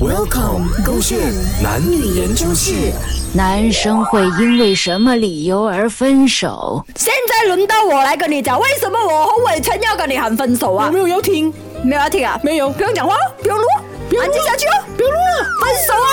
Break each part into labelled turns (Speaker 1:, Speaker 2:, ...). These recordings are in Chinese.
Speaker 1: Welcome，勾线男女研究室。
Speaker 2: 男生会因为什么理由而分手？
Speaker 3: 现在轮到我来跟你讲，为什么我洪伟成要跟你喊分手啊
Speaker 4: 有没？有要听？
Speaker 3: 没有要听啊？
Speaker 4: 嗯没有哎
Speaker 3: 不用讲话哦，不用录哦，安静下去哦，
Speaker 4: 啊不要录啊了，
Speaker 3: 分 手啊！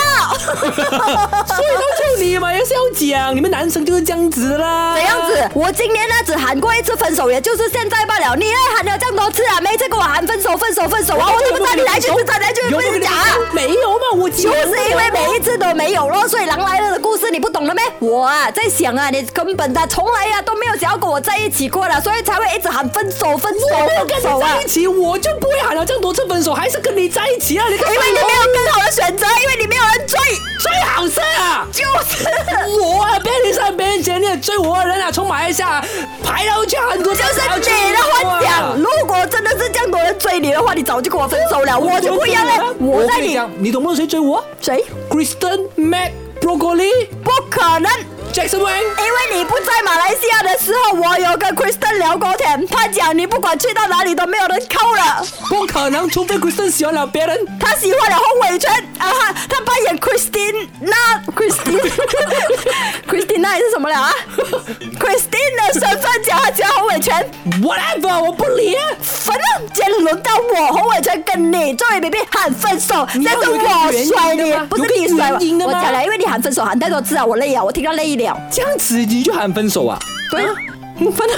Speaker 4: 所以都叫你嘛，也是要啊讲，你们男生就是这样子啦。
Speaker 3: 怎样子？我今年呢只喊过一次分手，也就是现在罢了。你还喊了这样多次啊，每一次跟我喊分手、分手、分手啊，我怎么知道你来句子再来句
Speaker 4: 有没有
Speaker 3: 子
Speaker 4: 跟你
Speaker 3: 讲啊？
Speaker 4: 没有嘛，我就
Speaker 3: 就是因为每一次都没有哦咯，所以狼来了的故事你不懂了咩？我啊在想啊，你根本啊从来啊都没有想要跟我在一起过了，所以才会一直喊分手、分手、
Speaker 4: 我没有跟
Speaker 3: 分手
Speaker 4: 你
Speaker 3: 啊
Speaker 4: 在一。起，我就不会喊了这样多次分手，还是跟你在一起啊！你看
Speaker 3: 因为你没有更好的选择，因为你没有人追，
Speaker 4: 最好是啊，
Speaker 3: 就是。
Speaker 4: 我啊，别人上别人前面追我的人啊，从马来西亚排到去很多，就
Speaker 3: 就是你的幻想，如果真的是这样多人追你的话，你早就跟我分手了。我就不一样了，我在
Speaker 4: 跟你
Speaker 3: 你
Speaker 4: 讲，你懂不懂谁追我
Speaker 3: 谁？
Speaker 4: ？Kristen Mac Broccoli
Speaker 3: 不可能，
Speaker 4: Jackson Wang。
Speaker 3: 因为你不在马来西亚的时候，我有跟 Kristen 聊过天，他讲你不管去到哪里都没有人扣了。
Speaker 4: 不可能，除非 Kristen 喜欢了别人。
Speaker 3: 他喜欢了洪伟全啊，他他扮演 Christine 那 Christine Christine 那是什么了啊？Christine 的身份讲他喜欢洪伟全，
Speaker 4: Whatever，我不理啊。
Speaker 3: 反正今天轮到我洪伟全跟你作为 baby 喊分手，
Speaker 4: 你
Speaker 3: 但
Speaker 4: 要
Speaker 3: 是
Speaker 4: 有一个
Speaker 3: 我
Speaker 4: 原因
Speaker 3: 甩
Speaker 4: 的
Speaker 3: 你
Speaker 4: 吗，
Speaker 3: 不是
Speaker 4: 有
Speaker 3: 你
Speaker 4: 个
Speaker 3: 甩我，
Speaker 4: 原因的
Speaker 3: 我
Speaker 4: 吗
Speaker 3: 讲了，因为你喊分手喊太多次啊，我累啊，我听到累了。啊
Speaker 4: 这 样子你就喊分手啊？
Speaker 3: 对啊，
Speaker 4: 分了。